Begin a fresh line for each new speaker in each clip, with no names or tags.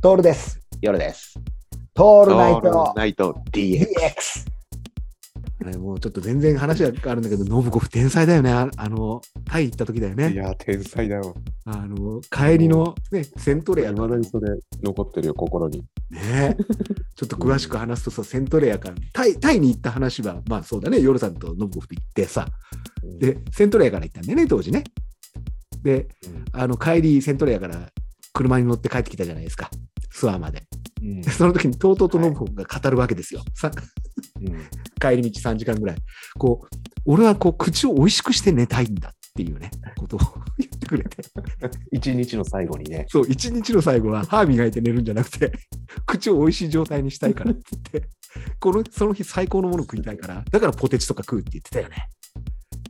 トールです。
夜です。
ト
オ
ールナイト
ナイト DX。
DX。
あれもうちょっと全然話があるんだけど、信子天才だよね。ああの、タイ行った時だよ
い
ね。
や、天才だよ。
あの、帰りの、ね、セントレア
い
の
まだにそれ残ってるよ、心に。
ね。ちょっと詳しく話すとさ、セントレアから、タイ、タイに行った話は、まあそうだね、夜さんと信子と行ってさ、で、セントレアから行ったんだよね、当時ね。で、
うん
あの、帰り、セントレアから車に乗って帰ってきたじゃないですか。スワーまで。
うん
でその時にとうとうと信子が語るわけですよ。さ
うん
帰り道3時間ぐらい、こう、俺はこう、口を美味しくして寝たいんだっていうね、ことを 言ってくれて、
一日の最後にね。
そう、一日の最後は歯磨いて寝るんじゃなくて、 口を美味しい状態にしたいからって言って、この、その日最高のものを食いたいから、だからポテチとか食うって言ってたよね。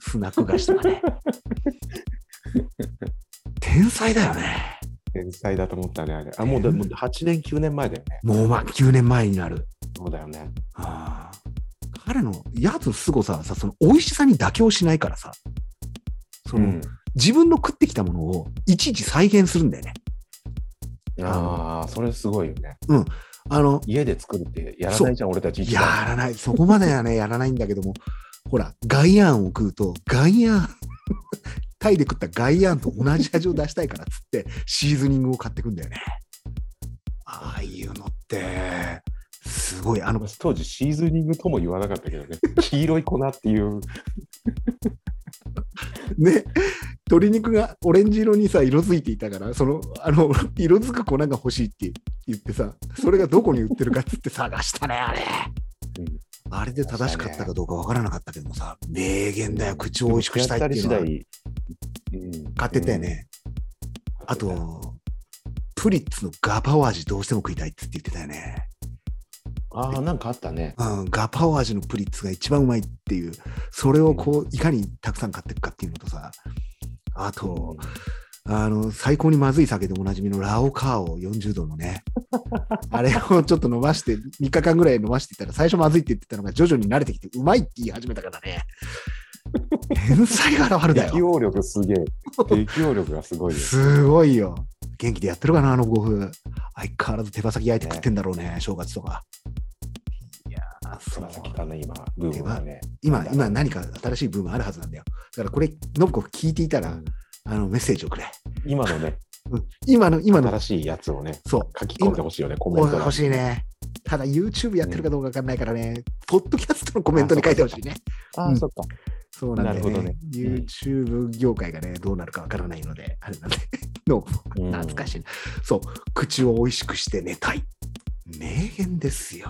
スナック菓子とかね。天才だよね。
天才だと思ったね、あれ。あ、もうだ、もう8年、9年前だよね。
もうまあ9年前になる。
そうだよね。
ああ彼のやつすごさはさ、その美味しさに妥協しないからさ、その、自分の食ってきたものをいちいち再現するんだよね。
ああ、それすごいよね。
あの、
家で作るってやらないじゃん、俺たち一
や
番。
らない。そこまではね、 やらないんだけども、ほら、ガイアンを食うと、ガイアン、 タイで食ったガイアンと同じ味を出したいからっつって、シーズニングを買ってくんだよね。ああいうのって、すごい。あの、
当時シーズニングとも言わなかったけ どね。黄色い粉っていう。
ね、鶏肉がオレンジ色にさ、色づいていたから、その、あの、色づく粉が欲しいって言ってさ、それがどこに売ってるかっつって 探したね、あれ
うん。
あれで正しかったかどうかわからなかったけどもさ、名言だよ、口を美味しくしたいっていうのは
やったり次第。うん
買ってたよ。ね。
うん
あ、と、プリッツのガパオ味どうしても食いたいっつって言ってたよね。
ああ、なんかあったね。
うん、ガパオ味のプリッツが一番うまいっていう、それをこう、いかにたくさん買っていくかっていうのとさ、あと、あの、最高にまずい酒でおなじみのラオカーを40度の ね、あれをちょっと伸ばして、3日間ぐらい伸ばしていったら、最初まずいって言ってたのが徐々に慣れてきて、うまいって言い始めたからね。天才が現れた
適
よ。
応力すげえ。適応力がすごいよ。
すごいよ。元気でやってるかな、あのご夫婦。相変わらず手羽先焼いて食ってんだろうね、正月とか。いやー、
つ
そ
ま
う
先。かな、今、ブームがね。
今、今何か新しいブームあるはずなんだよ。だからこれ、ノブコ聞いていたら、
うん
あの、メッセージをくれ。
今の ね、
うん今の、今の
新、しいやつをね、
そう。
書き込んでほしいよね、コメント欄
欲しいね。ただ YouTube やってるかどうかわかんないからね、ポッドキャストのコメントに書いてほしいね。
あ
う
あ、
ん
そっか。
そうなんだよ
なるほど
ね
ね。
YouTube 業界がね、どうなるかわからないので、あれなんで、 の
うん
懐かしい、そう、口を美味しくして寝たい。名言ですよ。